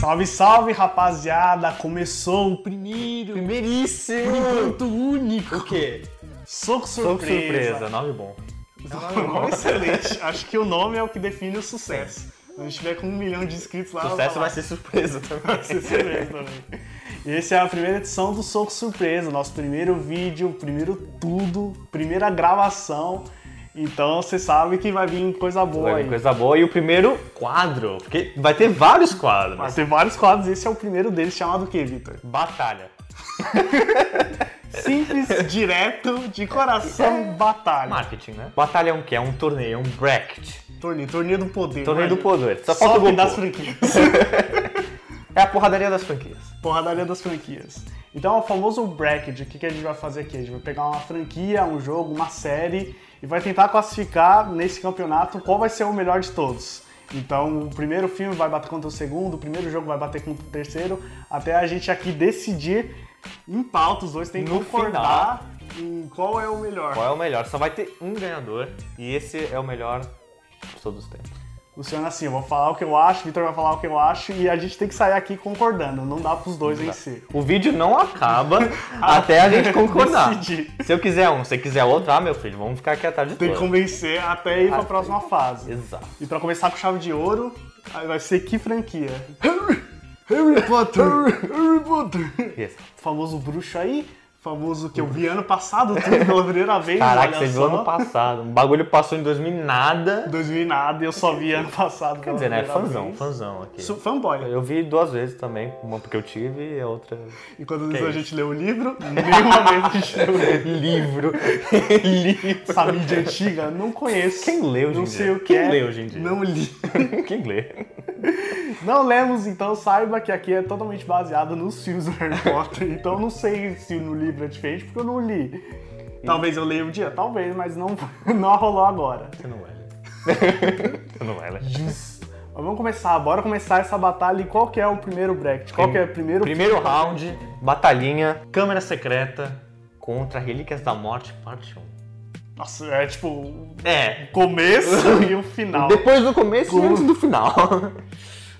Salve, salve, rapaziada! Começou um o primeiro, Primeiríssimo! por enquanto único, O quê? Soco Soco Surpresa. surpresa, nome bom. Não, é um excelente. Acho que o nome é o que define o sucesso. Quando a gente tiver com um milhão de inscritos lá, eu vou Sucesso falar. vai ser Vai surpresa ser também. surpresa também. né? E essa é a primeira edição do Soco Surpresa, nosso primeiro vídeo, primeiro tudo, primeira gravação. Então você sabe que vai vir coisa boa Foi aí. uma coisa boa. E o primeiro quadro, porque vai ter vários Mas quadros. tem vários quadros, esse é o primeiro deles, chamado o quê, Vitor? Batalha. Simples, direto, de É. coração, batalha. Marketing, né? Batalha é um quê? É um torneio, é um bracket. Torneio, torneio do poder. Torneio vai. do poder. Só falta um o Sobe Goku. das franquias. É a porradaria das franquias. Porradaria das franquias. Então, o famoso bracket, o que, que a gente vai fazer aqui? A gente vai pegar uma franquia, um jogo, uma série e vai tentar classificar nesse campeonato qual vai ser o melhor de todos. Então, o primeiro filme vai bater contra o segundo, o primeiro jogo vai bater contra o terceiro, até a gente aqui decidir em pauta, os dois têm que No concordar em qual é o melhor. Qual é o melhor? Só vai ter um ganhador. E esse é o melhor de todos os tempos. Funciona assim, eu vou falar o que eu acho, o Victor vai falar o que eu acho e a gente tem que sair aqui concordando, não dá pros dois em si. O vídeo não acaba Ah, até a gente concordar. Decidir. Se eu quiser um, se você quiser outro, ah, meu filho, vamos ficar aqui a tarde Tem que toda. convencer até ir pra Ah, próxima fase. Exato. E pra começar com chave de ouro, aí vai ser que franquia? Harry Potter. Harry Potter. Famoso bruxo aí, famoso que eu vi ano passado tudo pela primeira vez. Caraca, olha você viu só. ano passado. Um bagulho passou em 2000 e nada. 2000 e nada, eu só vi ano passado. Quer dizer, né? Fanzão, fanzão aqui. Sou fanboy. Eu vi duas vezes também. Uma porque eu tive e a outra... Enquanto É. Que isso, a isso. gente leu o livro, nenhuma vez a gente leu o livro. Livro. Livro. Essa mídia antiga, não conheço. Quem lê hoje Não em sei dia? o que Quem é, lê hoje em dia? Não li. Quem lê? Não lemos, então saiba que aqui é totalmente baseado nos filmes do Harry Potter. Então não sei se no livro é diferente, porque eu não li. Talvez eu leia um dia, talvez, mas não, não rolou agora. Você não vai ler. Você não vai ler. Mas vamos começar, bora começar essa batalha. E qual que é o primeiro bracket? Qual que é o primeiro... Primeiro round, batalhinha, câmera secreta contra Relíquias da Morte, parte 1. Nossa, é tipo o É. começo e o final. Depois do começo e antes do final.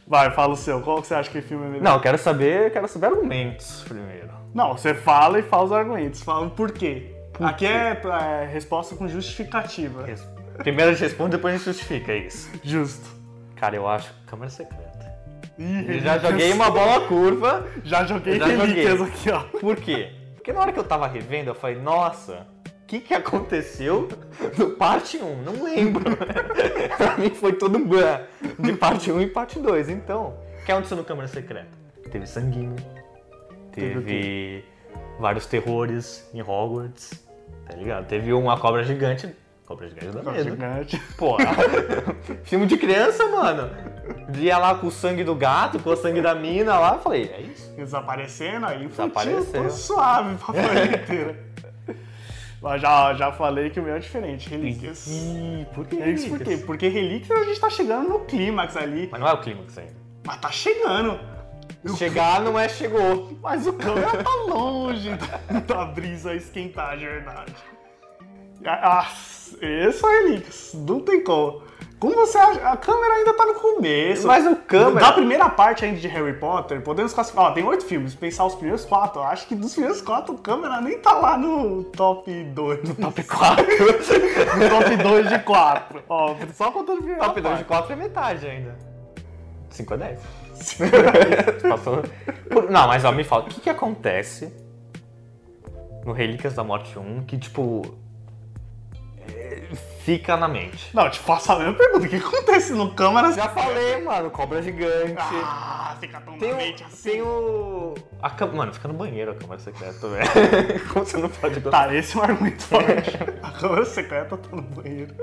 Vai, fala o seu. Qual que você acha que o filme é melhor? Não, eu quero saber, eu quero saber argumentos primeiro. Não, você fala e fala os argumentos. Fala o porquê. Aqui é, é resposta com justificativa. Res- Primeiro a gente responde, depois a gente justifica é isso. Justo. Cara, eu acho câmera é secreta. Ih, Eu já joguei uma bola curva. Já joguei Já joguei. relíquias aqui, ó. Por quê? Porque na hora que eu tava revendo, eu falei, nossa, o que que aconteceu no parte 1? Não lembro. né? pra mim foi todo um blá de parte 1 e parte 2. Então, o que aconteceu no Câmara Secreta? Teve sanguinho, Teve o teve vários terrores em Hogwarts, tá ligado? Teve uma cobra gigante. Cobra Tá gigante dá medo. Gigante. Pô, filme de criança, mano. Ia lá com o sangue do gato, com o sangue da mina lá, falei, é isso. Desaparecendo aí, infantil, Desapareceu. ficou suave pra família inteira. Mas já, já falei que o meu é diferente, relíquias. Ih, por que Relíquias por quê? Porque relíquias a gente tá chegando no clímax ali. Mas não é o clímax ainda. Mas tá chegando. Chegar não é chegou. Mas o câmera tá longe da, da brisa esquentar de verdade. Ah, esse é relíquias, não tem como. Como você acha? A câmera ainda tá no começo. Mas o câmera. Da primeira parte ainda de Harry Potter, podemos classificar. Ó, tem oito filmes, pensar os primeiros quatro. Eu acho que dos primeiros quatro, o câmera nem tá lá no top 2. No top 4. top 2 de quatro. Ó, só contando Ah, tá. o primeiro. Top 2 de 4 é metade ainda. é 5 a 10. Passou. Tá Não, mas ó, me fala, o que, que acontece no Relíquias da Morte 1 que, tipo. é, Fica na mente. Não, eu te faço a mesma pergunta. O que acontece no câmera? Já falei, mano, cobra gigante. Ah, fica tão Tem na mente o, assim. tem um- o. A cama, mano, fica no banheiro a câmera secreta, velho. Como você não pode Tá, esse é um argumento forte. a câmera secreta tá no banheiro.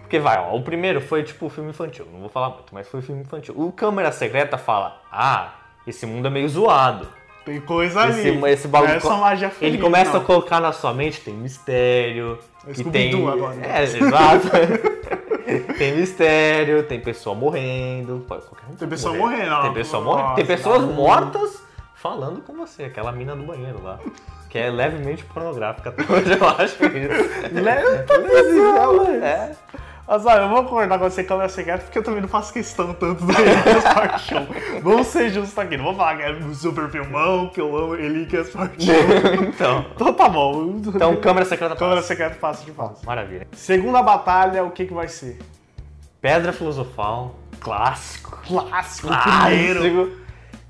Porque vai, ó, o primeiro foi tipo filme infantil, não vou falar muito, mas foi filme infantil. O Câmera Secreta fala: Ah, esse mundo é meio zoado. Tem coisa Esse, ali. esse bagulho. Não é só magia feliz, ele começa não. a colocar na sua mente: tem mistério, É que tem. Scooby-Doo agora, né? É, exato. tem mistério, tem pessoa morrendo. pô, qualquer um Tem pessoa morrer. morrendo, ó. Tem pessoa morrendo. Nossa, tem pessoas não. mortas falando com você, aquela mina do banheiro lá. Que é levemente pornográfica, até hoje eu acho isso. Le- eu tô pensando, É. Azar, Ah, eu vou acordar com você câmera secreta porque eu também não faço questão tanto do Relíquias Part Show. Vamos ser justos aqui, não vou falar que é um super filmão, que eu amo Relíquias Part Show. então, Então tá bom. então, câmera secreta câmera passa. secreta fácil é, de fácil. Maravilha. Segunda batalha, o que que vai ser? Pedra filosofal, clássico. Clássico, Ah, primeiro. Clássico.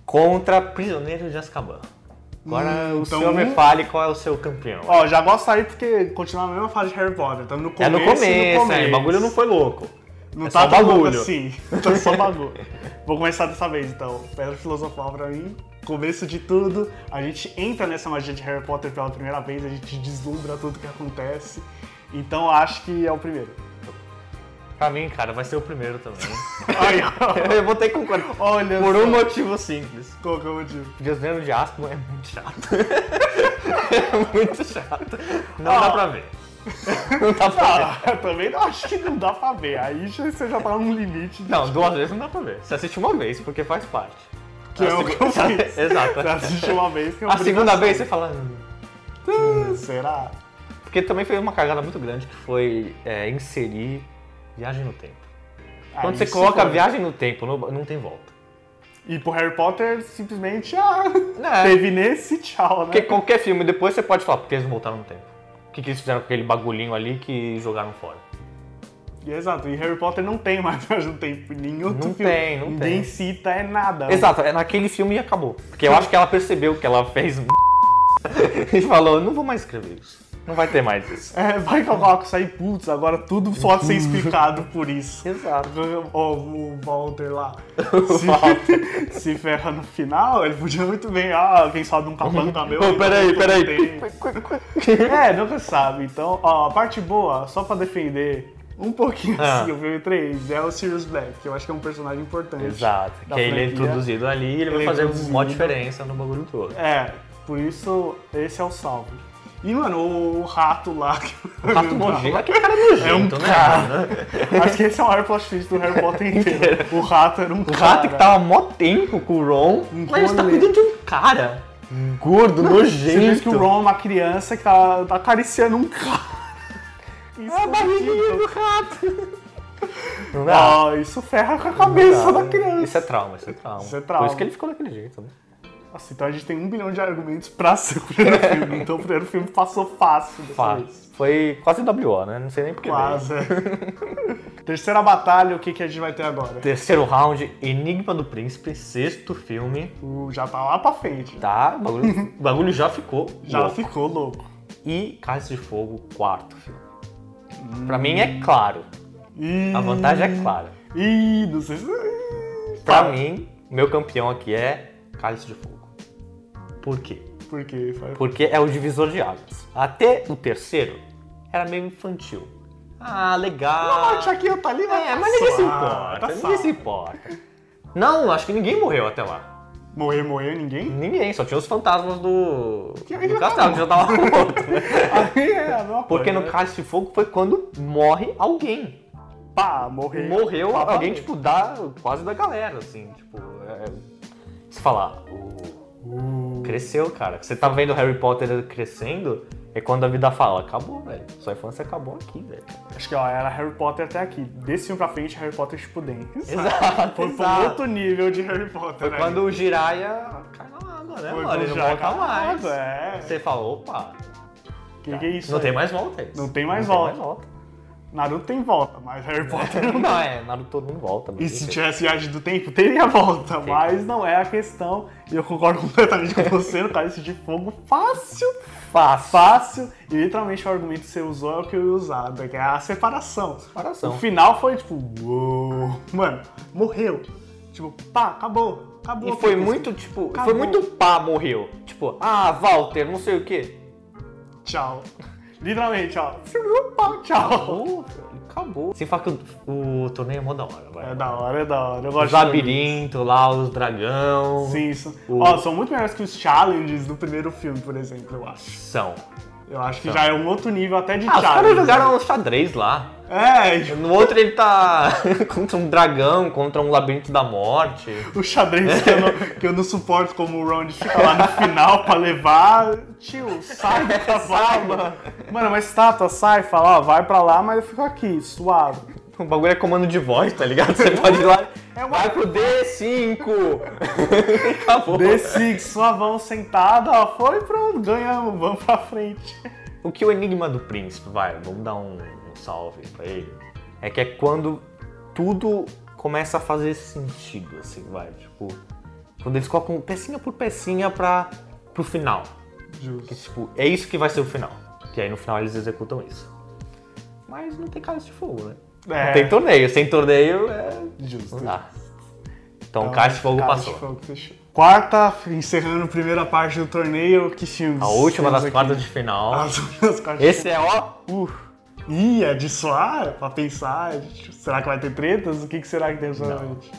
Contra Prisioneiro de Azkaban. Agora Hum, o então senhor me um- fale qual é o seu campeão. Ó, já gosto aí porque continua a mesma fase de Harry Potter. Estamos no é começo no e começo, é, o bagulho não foi louco. Não É tá só tão bagulho. louco assim. Tá só bagulho. Vou começar dessa vez, então. Pedra filosofal pra mim. Começo de tudo. A gente entra nessa magia de Harry Potter pela primeira vez. A gente deslumbra tudo que acontece. Então acho que é o primeiro. Pra mim, cara, vai ser o primeiro também. Aí, ó. Eu vou ter que concordar. Olha Por só. um motivo simples. Qual que é o motivo? Prisioneiro de Azkaban é muito chato. é muito chato. Não Ah. dá pra ver. Não dá pra ver. Ah, também não, acho que não dá pra ver. Aí já- você já tá num limite. de- Não, duas vezes não dá pra ver. Você assiste uma vez, porque faz parte. Que A é o que eu segu- fiz. Exato. Você assiste É uma vez que eu assim, A segunda vez você fala. "Hum, Será? Porque também foi uma cagada muito grande que foi é, inserir viagem no tempo. Quando Aí você sim coloca foi. viagem no tempo, não, não tem volta. E pro Harry Potter, simplesmente, ah, É. teve nesse tchau, né? Porque qualquer filme depois você pode falar, porque eles não voltaram no tempo. O que, que eles fizeram com aquele bagulhinho ali que jogaram fora? E, Exato, e Harry Potter não tem mais viagem no tempo. Nenhum outro Não filme. tem, não Ninguém tem. cita, é nada. Exato, é naquele filme e acabou. Porque eu acho que ela percebeu que ela fez e falou, não vou mais escrever isso. Não vai ter mais isso. É, vai que eu coloco isso aí, putz, agora tudo pode ser explicado por isso. Exato. Ó, o Walter lá. se, Walter. se ferra no final, ele podia muito bem. Ah, quem sabe um capanga meu. Pô, peraí, peraí. Tem. É, nunca sabe. Então, ó, a parte boa, só pra defender um pouquinho Ah. assim, o filme 3 é o Sirius Black, que eu acho que é um personagem importante. Exato. Da Que ele é franquia. introduzido ali e ele vai Ele é fazer introduzido. uma diferença no bagulho todo. É, por isso esse é o salve. E, mano, o rato lá. O Rato nojento. Aquele cara é nojento, um É um né? cara. mano? Acho que esse é o maior plot twist do Harry Potter inteiro. O rato era um O rato que cara. tá tava mó tempo com o Ron, Um mas ele tá rolê. cuidando de um cara. Gordo, Você nojento. diz que o Ron é uma criança que tá, tá acariciando um cara. Isso É a barriguinha do rato. Não dá. Ah, isso ferra com a cabeça Não dá. da criança. Isso é trauma, isso é trauma. Isso é trauma. Por isso que ele ficou daquele jeito, né? Nossa, então a gente tem um bilhão de argumentos pra ser o primeiro filme. Então o primeiro filme passou fácil dessa vez. Faz. Foi quase WO, né? Não sei nem por que veio. Quase. é. Terceira batalha, o que, que a gente vai ter agora? Terceiro round, Enigma do Príncipe, sexto filme. O- já tá lá pra frente. Tá, o bagulho, o bagulho já ficou. Já louco. ficou louco. E Cálice de Fogo, quarto filme. Hum. Pra mim é claro. Ih, A vantagem Hum. é clara. Ih, não sei se. Tá, Ih, Pra fala. mim, meu campeão aqui é Cálice de Fogo. Por quê? Por quê? Fala. Porque é o divisor de águas. Até o terceiro era meio infantil. Ah, legal. Ah, o Chaquinho tá ali, é, tá mas ninguém se suave, importa. tá ninguém se suave. importa. Não, acho que ninguém morreu até lá. Morrer, morrer, ninguém? Ninguém, só tinha os fantasmas do, Que aí do já castelo, que já tava morto. Né? Aí é a mesma Porque coisa, no né? Cálice de Fogo foi quando morre alguém. Pá, morrer. morreu Pá, alguém, pá, tipo, da, quase da galera, assim, tipo, é, é- se falar, o- Uh, cresceu, cara. Você tá vendo Harry Potter crescendo, é quando a vida fala, acabou, velho, sua infância acabou aqui, velho. Acho que ó, era Harry Potter até aqui. Desse filme pra frente, Harry Potter Shippuden. Foi Exato, pra um exato. outro nível de Harry Potter. Foi né? quando o Jiraiya cai na água, Foi né, mano, ele quando não já volta caiu na mais. água, é. Você fala, opa, Que que é isso? não aí? tem mais volta isso. Não tem mais Não tem Naruto tem volta, mas Harry Potter não. Não, é, Naruto não volta. é mas E se enfim. tivesse viagem do tempo, teria volta, mas não é a questão. E eu concordo completamente com você, no cálice de fogo fácil, Fácil. fácil. E literalmente o argumento que você usou é o que eu ia usar, né, que é a separação. Separação. O final foi tipo, uou, mano, morreu. Tipo, pá, acabou, acabou. E foi muito, tipo, Acabou. foi muito pá, morreu. Tipo, ah, Walter, não sei o quê. Tchau. Literalmente, ó. Pá, tchau. Acabou, acabou. Sem falar que o, o torneio é mó da hora, É vai. da hora, é da hora. Eu gosto Os de dormir. labirinto lá, os dragão. Sim, isso. O- Ó, são muito melhores que os challenges do primeiro filme, por exemplo, eu acho. São. Eu acho que São. já é um outro nível até de Tá. Ah, os caras challenge. jogaram xadrez lá. É, e No outro ele tá contra um dragão, contra um labirinto da morte. o xadrez que eu, não, que eu não suporto como o round fica lá no final pra levar. Tio, sai do cavalo. Mano, uma estátua sai, fala, ó, vai pra lá, mas eu fico aqui, suave. O bagulho é comando de voz, tá ligado? Você pode ir lá. É uma- Vai pro D5! Acabou. D6, suavão, sentada, ó, foi, pronto, ganhamos, vamos pra frente. O que o Enigma do Príncipe, vai, vamos dar um, um salve pra ele. É que é quando tudo começa a fazer sentido, assim, vai. Tipo, quando eles colocam pecinha por pecinha pra, pro final. Que, Justo. tipo, é isso que vai ser o final. Que aí no final eles executam isso. Mas não tem cálice de fogo, né? É. Não tem torneio. Sem torneio é. Justo. Não dá. Então, cálice de fogo Cálice passou. de Fogo fechou. Quarta, encerrando a primeira parte do torneio, que filmes? A última temos das aqui? Ah, quartas de final. As últimas quartas Esse é ó. Uh, ih, é de suar? É pra pensar? é de- Será que vai ter tretas? O que, que será que tem essa noite?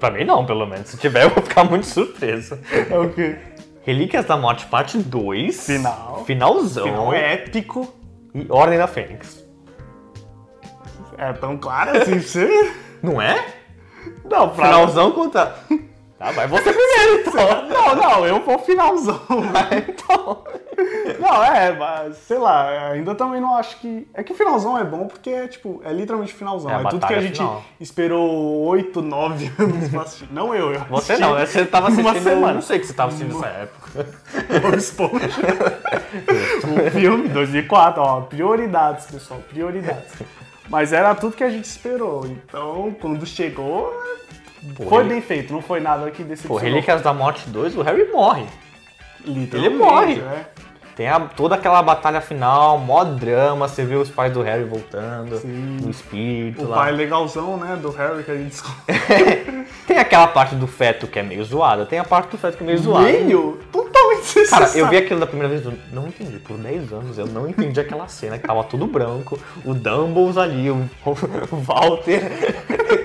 Pra mim não, pelo menos. Se tiver, eu vou ficar muito surpreso. É o quê? Relíquias da Morte, parte 2. Final. Finalzão. Final é épico. E Ordem da Fênix. É tão claro assim pra você? Não é? Não, pra... Finalzão contra. Tá, vai você primeiro, então. Não, não, eu vou finalzão. Vai, então. Não, é, mas sei lá, ainda também não acho que. É que o finalzão é bom porque é tipo, é literalmente o finalzão. É a É, tudo que a batalha gente final. esperou 8, 9 anos pra assistir. Não eu, eu Você assisti não, né? Você tava assistindo. Uma semana. Não sei o que você tava assistindo nessa época. Bob Esponja. o filme, 2004, ó, prioridades, pessoal, prioridades. Mas era tudo que a gente esperou, então quando chegou, foi ele- bem feito, não foi nada que Pô, é- decepcionou. Relíquias da Morte 2, o Harry morre. Literalmente, ele morre. né? Tem a- toda aquela batalha final, mó drama, você vê os pais do Harry voltando, Sim. o espírito O lá. É pai legalzão, né, do Harry que a gente descobriu. Tem aquela parte do feto que é meio zoada, tem a parte do feto que é meio zoada. Meio? Totalmente Cara, desnecessário. eu vi aquilo da primeira vez, eu não entendi. Por 10 anos eu não entendi aquela cena que tava tudo branco, o Dumbledore ali, o, o Walter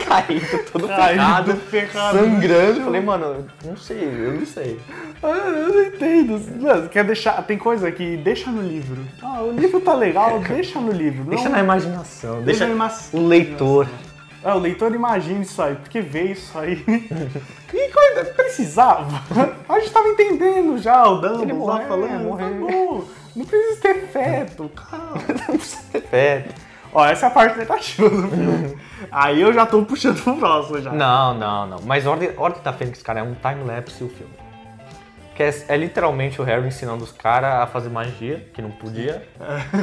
caído, todo Caído, ferrado, ferrado. sangrando. Eu falei, mano, eu não sei, eu não sei. Ah, Eu não entendo. Mano, quer deixar. Tem coisa que deixa no livro. Ah, o livro tá legal, deixa no livro. Deixa não, na imaginação, deixa animação. o leitor. Ah, o leitor imagina isso aí, porque vê isso aí. e quando precisava. A gente tava entendendo já o Ele Dumbledore lá morreu, falando. morreu. Tá bom, não precisa ter feto, calma. Não precisa ter feto. Ó, essa é a parte negativa do filme. aí eu já tô puxando pro próximo já. Não, não, não. Mas Ordem, Ordem da Fênix, cara, é um time-lapse o filme. Que é, é literalmente o Harry ensinando os caras a fazer magia, que não podia.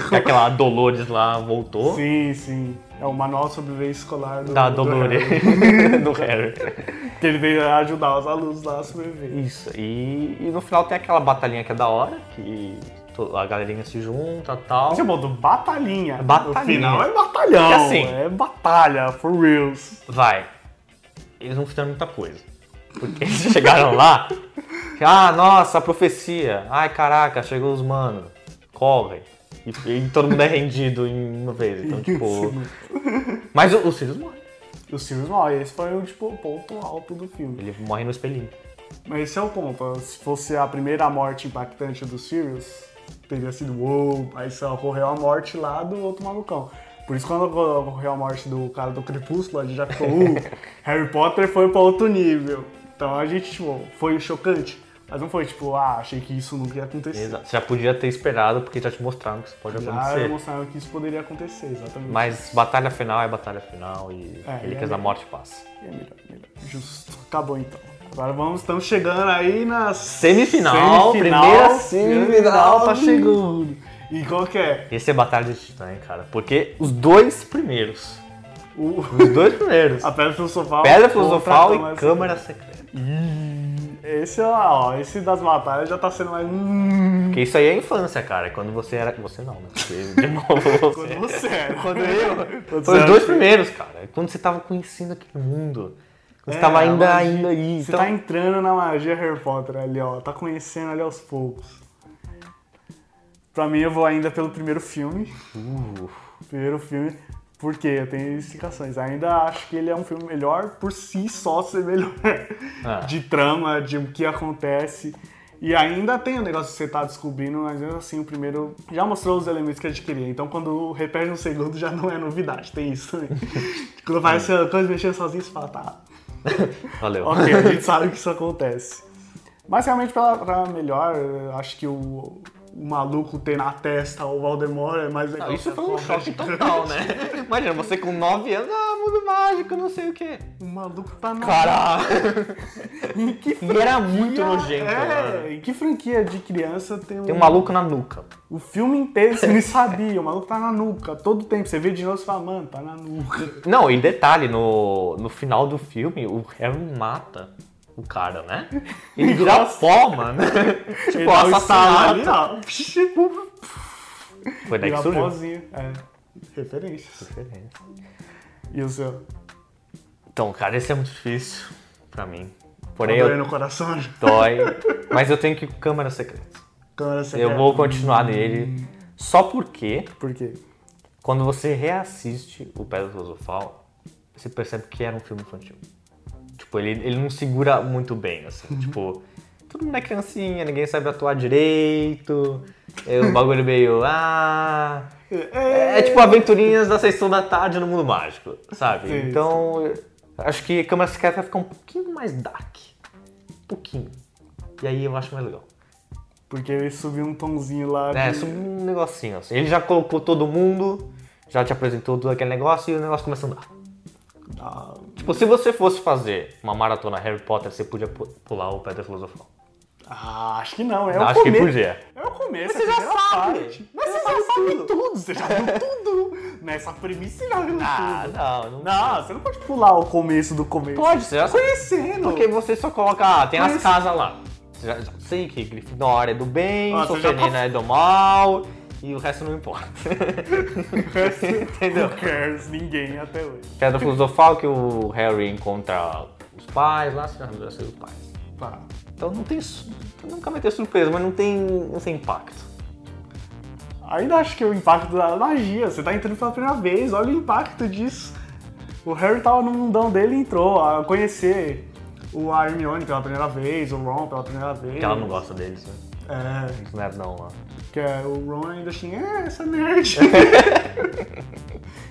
Que aquela Dolores lá voltou. Sim, sim. É o manual sobre o bem escolar do. Da do Dolores. Harry, Do Harry. que ele veio ajudar os alunos lá a sobreviver. Isso. E, e no final tem aquela batalhinha que é da hora, que to- a galerinha se junta e tal. Você botou batalhinha. Batalhinha. O final é batalhão. É assim. É batalha, for reals. Vai. Eles não fizeram muita coisa. Porque eles chegaram lá. Ah, nossa, a profecia. Ai, caraca, chegou os mano. Corre. E, e todo mundo é rendido em uma vez. Então, tipo. Mas o, o Sirius morre. O Sirius morre. Esse foi o tipo, o ponto alto do filme. Ele morre no espelhinho. Mas esse é o ponto. Se fosse a primeira morte impactante do Sirius, teria sido uou. Aí só ocorreu a morte lá do outro malucão. Por isso, quando ocorreu a morte do cara do Crepúsculo, a gente já ficou, uh, Harry Potter foi pra outro nível. Então a gente, tipo, foi chocante. Mas não foi tipo, ah, achei que isso nunca ia acontecer. Exato. Você já podia ter esperado, porque já te mostraram que isso pode Já acontecer. mostraram que isso poderia acontecer, exatamente. Mas batalha final é batalha final e É, Relíquias é da Morte passa. É melhor, melhor. Justo. Acabou então. Agora vamos, estamos chegando aí na Semifinal, primeira semifinal. tá chegando. E qual que é? Esse é Batalha de Titã, hein, cara. Porque os dois primeiros. O, Os dois primeiros. a Pedra Filosofal. Pedra contra Filosofal a e Câmara Câmara Secreta. Secreta. Esse, ó, esse das batalhas já tá sendo mais. Hum, Porque isso aí é infância, cara. Quando você era. Você não, né? Porque, de novo, você. quando você era. Quando eu. Quando Foi você é. era os dois criança. primeiros, cara. Quando você tava conhecendo aquele mundo. Você É, tava ainda, magia. ainda aí. Você então- tá entrando na magia Harry Potter ali, ó. Tá conhecendo ali aos poucos. Pra mim, eu vou ainda pelo primeiro filme. Uh, Primeiro filme, porque eu tenho explicações. Ainda acho que ele é um filme melhor por si só ser melhor. Ah. De trama, de o que acontece. E ainda tem o negócio que você tá descobrindo, mas mesmo assim o primeiro já mostrou os elementos que a gente queria. Então quando repete no segundo já não é novidade, tem isso também. quando vai essa coisa mexendo sozinho, você fala, tá, valeu. Ok, a gente sabe que isso acontece. Mas realmente, pra, pra melhor, eu acho que o, o maluco tem na testa o Valdemort é mais legal. Não, isso que a foi um cobra choque gigante. total, né? Imagina, você com 9 anos, ah, mundo mágico, não sei o quê. O maluco tá na. Caralho! que E era muito franquia nojento, É, né? e que franquia de criança tem um. Tem um maluco na nuca. O filme inteiro você não sabia, o maluco tá na nuca. Todo tempo você vê de novo e fala, mano, tá na nuca. Não, e detalhe, no, no final do filme, o Harry mata o cara, né? Ele vira Nossa. pó, mano. Ele tipo, dá um estalo assassinato. ali, ó. Psh, pum, Foi daí que Virar surgiu. pozinho. É. Referências. Diferente. E o seu? Então, cara, esse é muito difícil pra mim. Tá Porém, doendo eu no coração? dói. Mas eu tenho que ir com câmera secreta. Câmera secreta. Eu vou continuar nele. Hum. Só porque Por quê? Quando você reassiste o Pedra Filosofal, você percebe que era um filme infantil. Tipo, ele, ele não segura muito bem, assim. Tipo, todo mundo é criancinha, ninguém sabe atuar direito. É um bagulho meio. Ah. É, é tipo aventurinhas da sessão da tarde no mundo mágico, sabe? Sim, então, eu acho que Câmara Secreta fica um pouquinho mais dark. Um pouquinho. E aí eu acho mais legal. Porque ele subiu um tomzinho lá. É, de- subiu um negocinho assim. Ele já colocou todo mundo, já te apresentou todo aquele negócio e o negócio começa a andar. Ah, Tipo, se você fosse fazer uma maratona Harry Potter, você podia pu- pular o Pedra Filosofal. ah, acho que não, é o Acho que começo. podia. É o começo, Você é a já primeira sabe. parte. Mas Mas você você já já sabe tudo. você já viu tudo. Nessa premissa você já viu Ah, tudo. não, não. Não, você não pode pular o começo do começo. Tá Pode, você já sabe. Conhecendo. Porque você só coloca, ah, tem as Mas- casas lá. Você já, já sei que Grifinória é do bem, Ah, você já Sonserina é do mal, e o resto não importa. Entendeu? Não cares ninguém até hoje. Pedra Filosofal que o Harry encontra os pais lá, você já viu os pais. Tá. Então não tem. su- Nunca vai ter surpresa, mas não tem, não tem impacto. Ainda acho que o impacto da magia, você tá entrando pela primeira vez, olha o impacto disso. O Harry tava no mundão dele e entrou a conhecer o a Hermione pela primeira vez, o Ron pela primeira vez. Porque ela não gosta deles, né? É, Os nerdão lá. que é, o Ron ainda assim, é, essa nerd.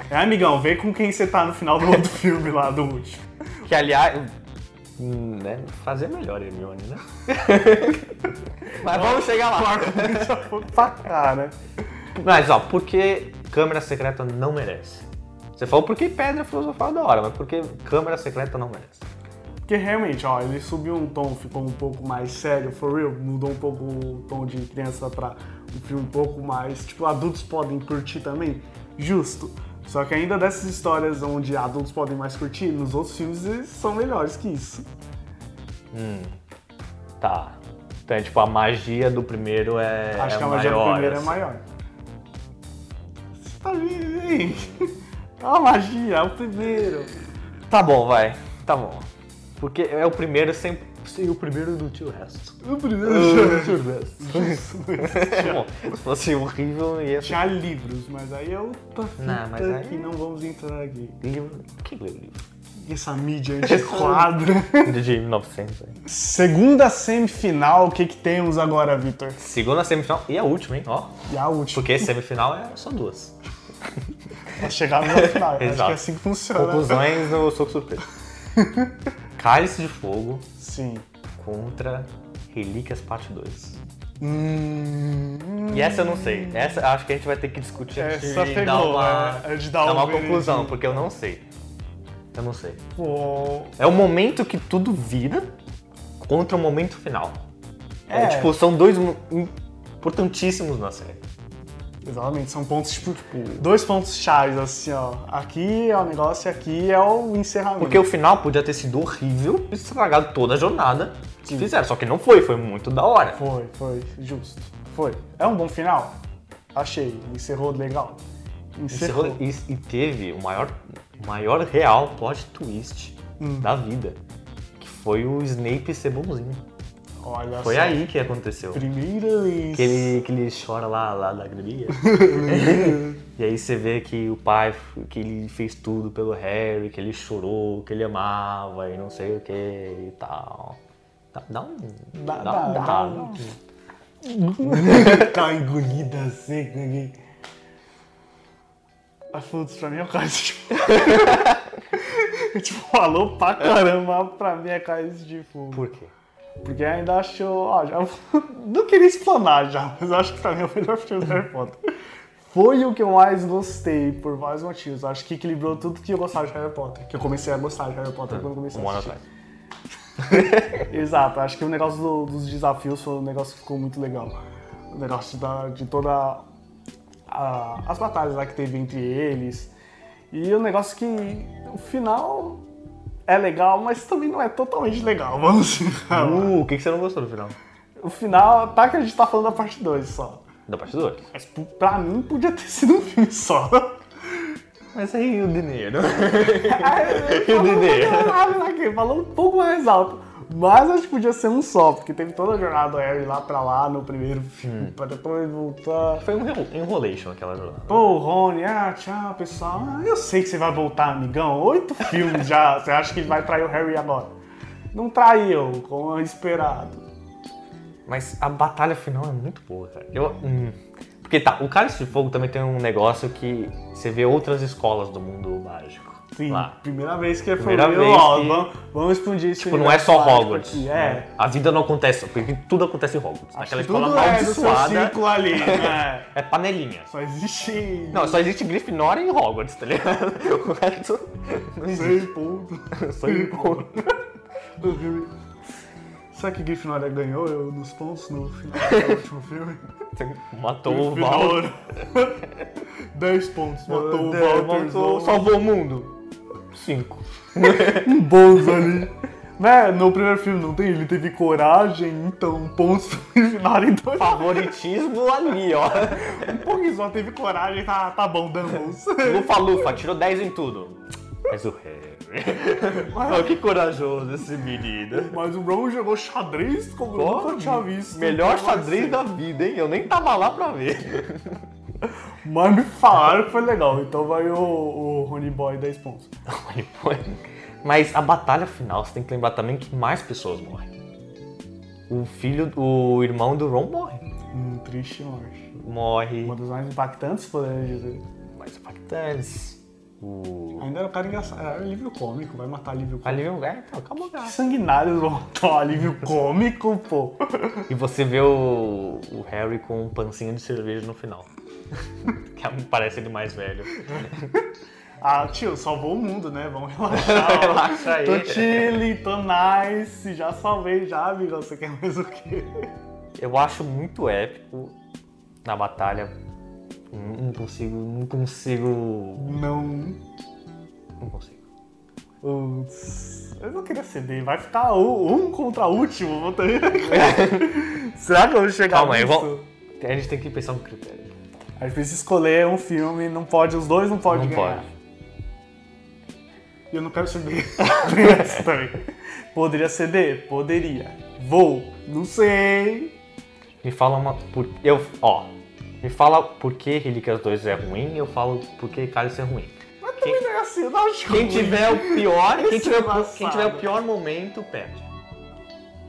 é, amigão, vê com quem você tá no final do outro filme lá, do último. Que aliás. hum, Né? Fazer melhor, Hermione, né? Mas vamos chegar lá. pra cá, né? Mas ó, por que câmera secreta não merece? Você falou porque pedra filosofal é da hora, mas porque câmera secreta não merece. Porque realmente, ó, ele subiu um tom, ficou um pouco mais sério, for real, mudou um pouco o tom de criança pra um filme um pouco mais. Tipo, adultos podem curtir também, justo. Só que ainda dessas histórias onde adultos podem mais curtir, nos outros filmes eles são melhores que isso. Tá. Então é tipo, a magia do primeiro é. Acho é que a magia maior, do primeiro assim. é maior. Você tá vendo, hein? É uma magia, é o primeiro. Tá bom, vai. Tá bom. Porque é o primeiro sempre. E o primeiro do tio resto. O Ah. primeiro. Isso. Bom, se fosse horrível, ia ser. Tinha livros, mas aí é outra fita Não, mas aí- que não vamos entrar aqui. Livro. Quem leu o livro? Essa mídia antiquada. De 1900. hein? Segunda semifinal, o que, que temos agora, Vitor? Segunda semifinal e a última, hein? Ó. E a última. Porque semifinal é só duas. Nós chegamos na final. Acho que Exato. é assim que funciona. Conclusões no Soco Surpresa. Cálice de Fogo Sim. contra Relíquias Parte 2. Hum, E essa eu não sei. Essa acho que a gente vai ter que discutir antes Essa de dar É, pegou, uma, né? Antes de dar dar um uma veredito. conclusão, porque eu não sei. Eu não sei. pô. É o momento que tudo vira contra o momento final. É, É. tipo, são dois mu- importantíssimos na série. Exatamente, são pontos, tipo, dois pontos chaves, assim, ó. Aqui é o negócio e aqui é o encerramento. Porque o final podia ter sido horrível, estragado toda a jornada que Sim. fizeram. Só que não foi, foi muito da hora. Foi, foi, justo. Foi. É um bom final? Achei. Encerrou legal. Encerrou. Encerrou- E, e teve o maior, o maior real plot twist da vida. Que foi o Snape ser bonzinho. Olha Foi só. aí que aconteceu. Primeira vez. Que ele, que ele chora lá, lá da alegria. e aí você vê que o pai, que ele fez tudo pelo Harry, que ele chorou, que ele amava e não sei o que e tal. Dá, dá um... Dá, dá um- dá, dá dá um- um- tá engolida assim, seca aqui. A putz, pra mim é o cálice de fogo. tipo, falou pra caramba, pra mim é cálice de fogo. Por quê? Porque ainda acho. Ó, já, não queria explanar já, mas acho que pra mim é o melhor filme do Harry Potter. Foi o que eu mais gostei, por vários motivos. Acho que equilibrou tudo que eu gostava de Harry Potter. Que eu comecei a gostar de Harry Potter quando eu comecei Um a ano assistir. atrás. Exato, acho que o negócio do- dos desafios foi um negócio que ficou muito legal. O negócio da- de toda a- as batalhas lá que teve entre eles. E o negócio que o final é legal, mas também não é totalmente legal, vamos assim. falar. Uh, o que, que você não gostou do final? O final, tá que a gente tá falando da parte 2 só. Da parte 2. Mas pro- pra mim podia ter sido um filme só. Mas aí o dinheiro. Aí, o Dedê? Falou, aqui, falou um pouco mais alto. Mas acho que podia ser um só, porque teve toda a jornada do Harry lá pra lá no primeiro filme, pra depois voltar. Foi um enro- enrolation aquela jornada. Pô, Rony, ah, tchau, pessoal. Ah, eu sei que você vai voltar, amigão. Oito filmes já. Você acha que vai trair o Harry agora? Não traiu, como é esperado. Mas a batalha final é muito boa, cara. Eu. hum. Porque tá, o Cálice de Fogo também tem um negócio que você vê outras escolas do mundo mágico. Sim, Lá. primeira vez que é Primeira família, vez ó, que- vamos, vamos explodir esse Tipo, não é só universo mágico Hogwarts. aqui. né? É. A vida não acontece, porque tudo acontece em Hogwarts. Aquela escola Tudo é do seu amaldiçoada ciclo ali, né? é panelinha. Só existe Não, só existe Grifinória em Hogwarts, tá ligado? O resto não existe. seis pontos. Só assim, em Hogwarts. O filme- Será que Grifinória ganhou eu nos pontos no final do último filme? Você Matou o Val. Grifinória. Dez pontos. Matou o Walter Matou- Só Salvou o mundo. Cinco. um bônus ali. Né? No primeiro filme não tem, ele teve coragem, então pontos pro Grifinória em dois. Favoritismo ali, ó. então Um pouquinho só teve coragem, tá, tá bom, damos. Lufa Lufa, tirou 10 em tudo. Mas o Harry. Oh, que corajoso esse menino. Mas o Ron jogou xadrez como eu nunca tinha visto. Melhor Então, xadrez da vida, hein? Eu nem tava lá pra ver. Mas me falaram que foi legal, então vai o, o Rony Boy 10 pontos. Mas a batalha final, você tem que lembrar também que mais pessoas morrem. O filho, o irmão do Ron morre. Hum, triste morte. Morre. Uma das mais impactantes, podemos dizer. Mais impactantes. O. Ainda era um cara engraçado. Era alívio cômico, vai matar alívio cômico. Alívio é, então, acabou. Que sanguinários vão matar um alívio cômico, pô. E você vê o, o Harry com um pancinho de cerveja no final. que parece ele mais velho. Ah, tio, salvou o mundo, né? Vamos relaxar. Relaxa aí. Tô chile, tô nice, já salvei, já, amigão. Você quer mais o quê? Eu acho muito épico na batalha. Não consigo, não consigo, Não. não consigo. Putz, eu não queria ceder, vai ficar um, um contra o último. Vou ter... Será que eu vou chegar Calma aí, nisso? vamos- A gente tem que pensar um critério. A gente precisa escolher um filme, não pode, os dois não podem não ganhar. pode. E eu não quero ceder. Tem essa também. Poderia ceder? Poderia. Vou. Não sei. Me fala uma, por, eu, ó, me fala por que Relíquias 2 é ruim e eu falo por que Cálice é ruim. Mas também não é assim, eu não acho Quem ruim. tiver o pior, quem Esse tiver, o- embaçado. quem tiver o pior momento, perde.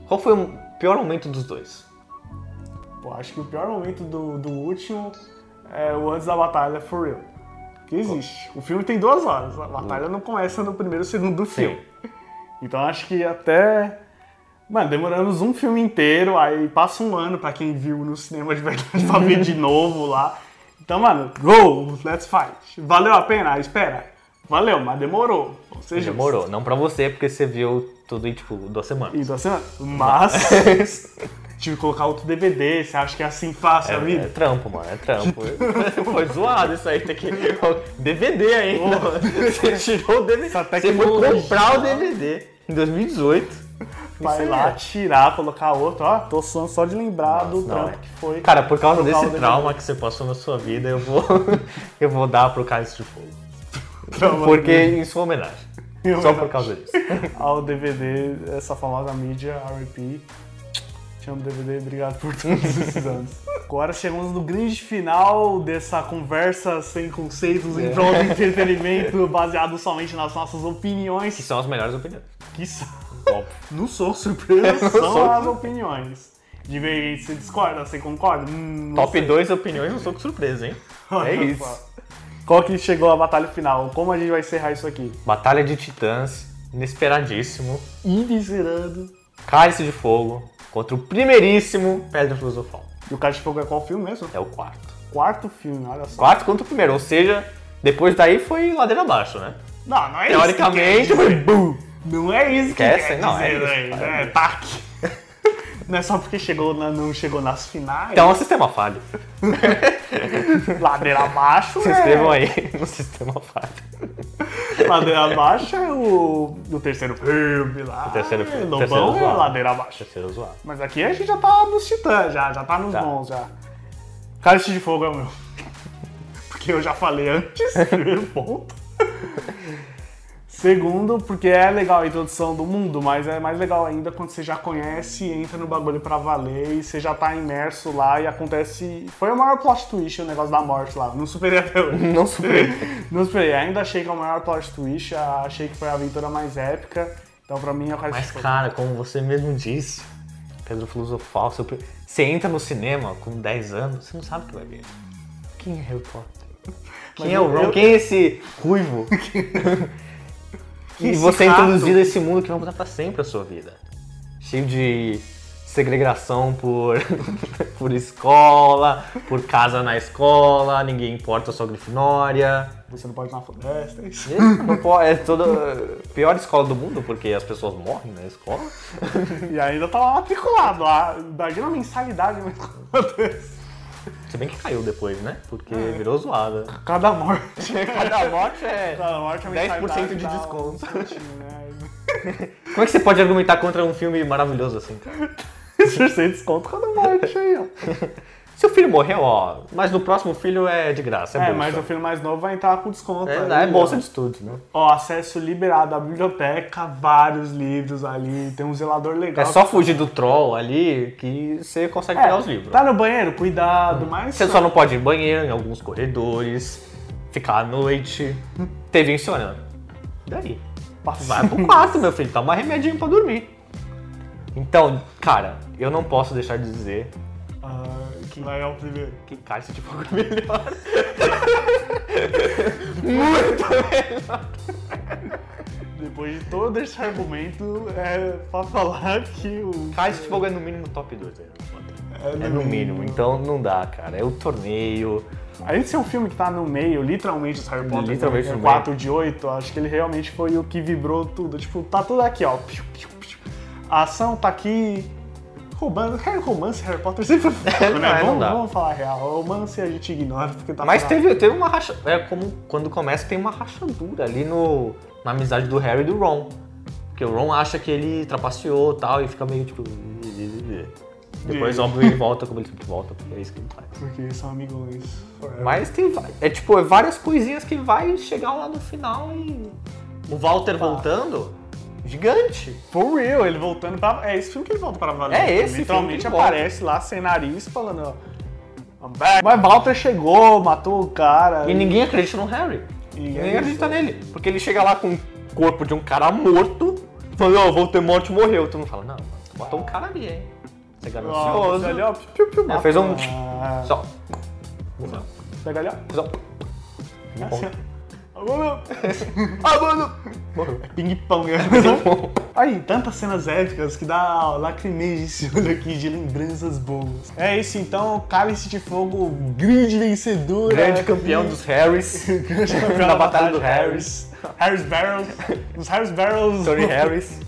Qual foi o pior momento dos dois? Pô, acho que o pior momento do, do último é o antes da batalha for real. Que existe. O filme tem duas horas. A batalha não começa no primeiro segundo do filme. Então acho que até. Mano, demoramos um filme inteiro, aí passa um ano pra quem viu no cinema de verdade pra ver de novo lá. Então, mano, go, let's fight. Valeu a pena? Ah, Espera. Valeu, mas demorou. Ou seja, Demorou. Não pra você, porque você viu tudo em, tipo, duas semanas. Então, assim, mas tive que colocar outro DVD, você acha que é assim fácil a É vida? trampo, mano, é trampo. foi zoado isso aí, tem que. DVD ainda. Você tirou o DVD. Essa Você foi tecnologia. comprar o DVD em 2018. Vai Isso é lá aí. tirar, colocar outro, ó, tô suando só de lembrar do Nossa, não, trampo é. que foi. Cara, por causa Trocar desse o trauma que você passou na sua vida, eu vou, eu vou dar pro Cálice de Fogo. Trauma Porque em sua homenagem. Em né? Só homenagem. por causa disso. ao DVD, essa famosa mídia, RIP. Te amo, DVD, obrigado por todos esses anos. Agora chegamos no grande final dessa conversa sem conceitos É. em prol do entretenimento, baseado somente nas nossas Que opiniões, são as melhores opiniões. que são, Óbvio. não sou surpresa, são sou. as opiniões. De vez você discorda, você concorda? Hum, não Top 2 opiniões, não sou com surpresa, hein? sei. É isso. Qual que chegou a batalha final? Como a gente vai encerrar isso aqui? Batalha de Titãs, inesperadíssimo. Inviscerando Cálice de Fogo contra o primeiríssimo Pedra Filosofal. E o Cálice de Fogo é qual filme mesmo? É o quarto. Quarto filme, olha só. Quarto contra o primeiro, ou seja, depois daí foi ladeira abaixo, né? Não, não é Teoricamente isso. que quer foi dizer. bum. Não é isso que Esquece, quer não, é dizer, isso, velho, né? cara. Tac. Não é só porque chegou na- não chegou nas finais, Então é um sistema falho. ladeira abaixo. Se é- inscrevam aí no sistema falho. Ladeira abaixo é o, o terceiro filme lá. O terceiro filme, Lobão terceiro é zoado. ladeira abaixo. Terceiro zoado. Mas aqui a gente já tá nos titãs, já, já tá nos Tá. bons já. Cálice de fogo é o meu. Porque eu já falei antes, primeiro ponto. Segundo, porque é legal a introdução do mundo, mas é mais legal ainda quando você já conhece e entra no bagulho pra valer e você já tá imerso lá e acontece. Foi o maior plot twist o negócio da morte lá. Não superei até hoje. Não superei. Não superei. Ainda achei que é o maior plot twist, achei que foi a aventura mais épica. Então pra mim é o Cálice Mas, de Fogo. cara, como você mesmo disse, Pedro Filosofal, seu pri- você entra no cinema com 10 anos, você não sabe o que vai ver. Quem é Harry Potter? Quem Mas é o Ron? eu- Quem é esse ruivo? e esse você é rato? introduzido a esse mundo que vai mudar pra sempre a sua vida. Cheio de segregação por, por escola, por casa na escola, ninguém importa a sua grifinória. Você não pode ir na floresta, é isso. Não po- É toda a pior escola do mundo, porque as pessoas morrem na escola. E ainda tava matriculado lá. Imagina a mensalidade mas acontece. Se bem que caiu depois, né? Porque virou zoada. Cada morte. Cada morte é. Cada morte a 10% de mensalidade dá um desconto. centinho, né? Como é que você pode argumentar contra um filme maravilhoso assim, cara? 10% de desconto cada morte aí, ó. Seu filho morreu, ó, mas no próximo filho é de graça, é, É, bolsa. mas o filho mais novo vai entrar com desconto. É, é aí, bolsa ó. de estudos, né? Ó, acesso liberado à biblioteca, vários livros ali. Tem um zelador legal. É só fugir do troll ali que você consegue pegar os livros. Hum. Tá no banheiro? Cuidado, mas. Você só não pode ir em banheiro, em alguns corredores, ficar à noite. TV funcionando. E daí? Passa. Vai pro quarto, meu filho. Toma remedinho pra dormir. Então, cara, eu não posso deixar de dizer Ah, que vai é o primeiro. que cálice de fogo é melhor. Muito melhor. Depois de todo esse argumento, é pra falar que o. Cálice de fogo é no mínimo top 2. né? É É no mínimo, então não dá, cara. É o torneio. Além de ser um filme que tá no meio, literalmente, do Harry Potter, Literalmente né? no 4 de 8, acho que ele realmente foi o que vibrou tudo. Tipo, tá tudo aqui, ó. Piu, piu, piu. A ação tá aqui. Romance, cara, romance Harry Potter sempre foi. né? não, é, não vamos, dá. vamos falar a real. Romance a gente ignora porque tá Mas pra- teve, teve uma rachadura. É como quando começa, tem uma rachadura ali no, na amizade do Harry e do Ron. Porque o Ron acha que ele trapaceou e tal, e fica meio tipo. Depois, E- óbvio, ele volta como ele sempre volta, porque é isso que ele faz. Porque são amigões. forever. Mas tem va- é tipo é várias coisinhas que vai chegar lá no final e o Walter voltando gigante. For real, ele voltando pra. É esse filme que ele volta pra valer. É esse Literalmente filme que ele aparece lá sem nariz falando, ó. I'm back. Mas Walter chegou, matou o cara. E ninguém acredita no Harry. E Ninguém, é acredita nele, porque ele chega lá com o corpo de um cara morto, falando, ó, o Voldemort morreu. Tu não fala, não, mano, tu matou um cara ali, hein? Você Ó, é ganancioso. você ali, ó, piu, piu, piu, É, fez um- Ah, Só. um. Não, Pega ali, ó. só. Assim, Bom. ó. Alô, meu. um. Ah, mano! Morreu. Ping-pong. né? Aí, tantas cenas épicas que dá lacrimeja esse olho aqui de lembranças boas. É isso então, Cálice de Fogo, grande vencedora. Grande campeão dos Harrys. Grande campeão da Batalha do de Harris. Harris Barrels. Os Harris Barrels. Tony Harris.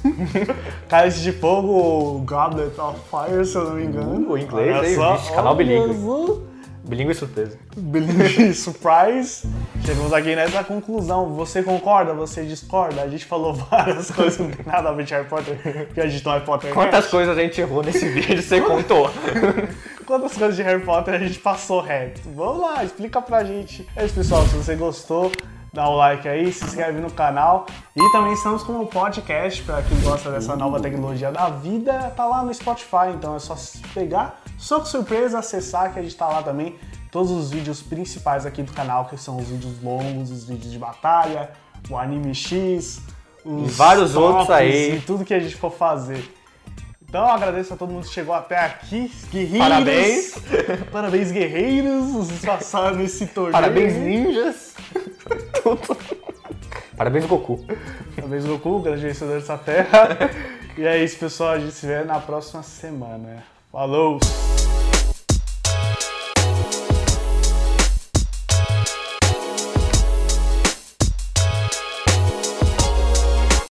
Cálice de Fogo, Goblet of Fire, se eu não me engano. Uh, inglês, Olha hein? só, Vixe, canal olha bilíngue. só. Bilingue surpresa. Believe Surprise. Chegamos aqui nessa conclusão. Você concorda? Você discorda? A gente falou várias coisas que não tem nada a ver de Harry Potter, porque a gente não é Harry Potter. Quantas coisas a gente errou nesse vídeo, você contou. Quantas coisas de Harry Potter a gente passou reto? Vamos lá, explica pra gente. É isso, pessoal. Se você gostou, dá o like aí, se inscreve no canal. E também estamos com um podcast pra quem gosta dessa nova Uhum. tecnologia da vida. Tá lá no Spotify, então é só pegar. Só com surpresa, acessar que a gente tá lá também. Todos os vídeos principais aqui do canal, que são os vídeos longos, os vídeos de batalha, o anime X, os E vários outros tops aí. E tudo que a gente for fazer. Então eu agradeço a todo mundo que chegou até aqui. Guerreiros. Parabéns. Parabéns, guerreiros. Vocês passaram nesse torneio. Parabéns, ninjas. Tudo. Parabéns, Goku. Parabéns, Goku, grande vencedor dessa terra. E é isso, pessoal. A gente se vê na próxima semana. Falou!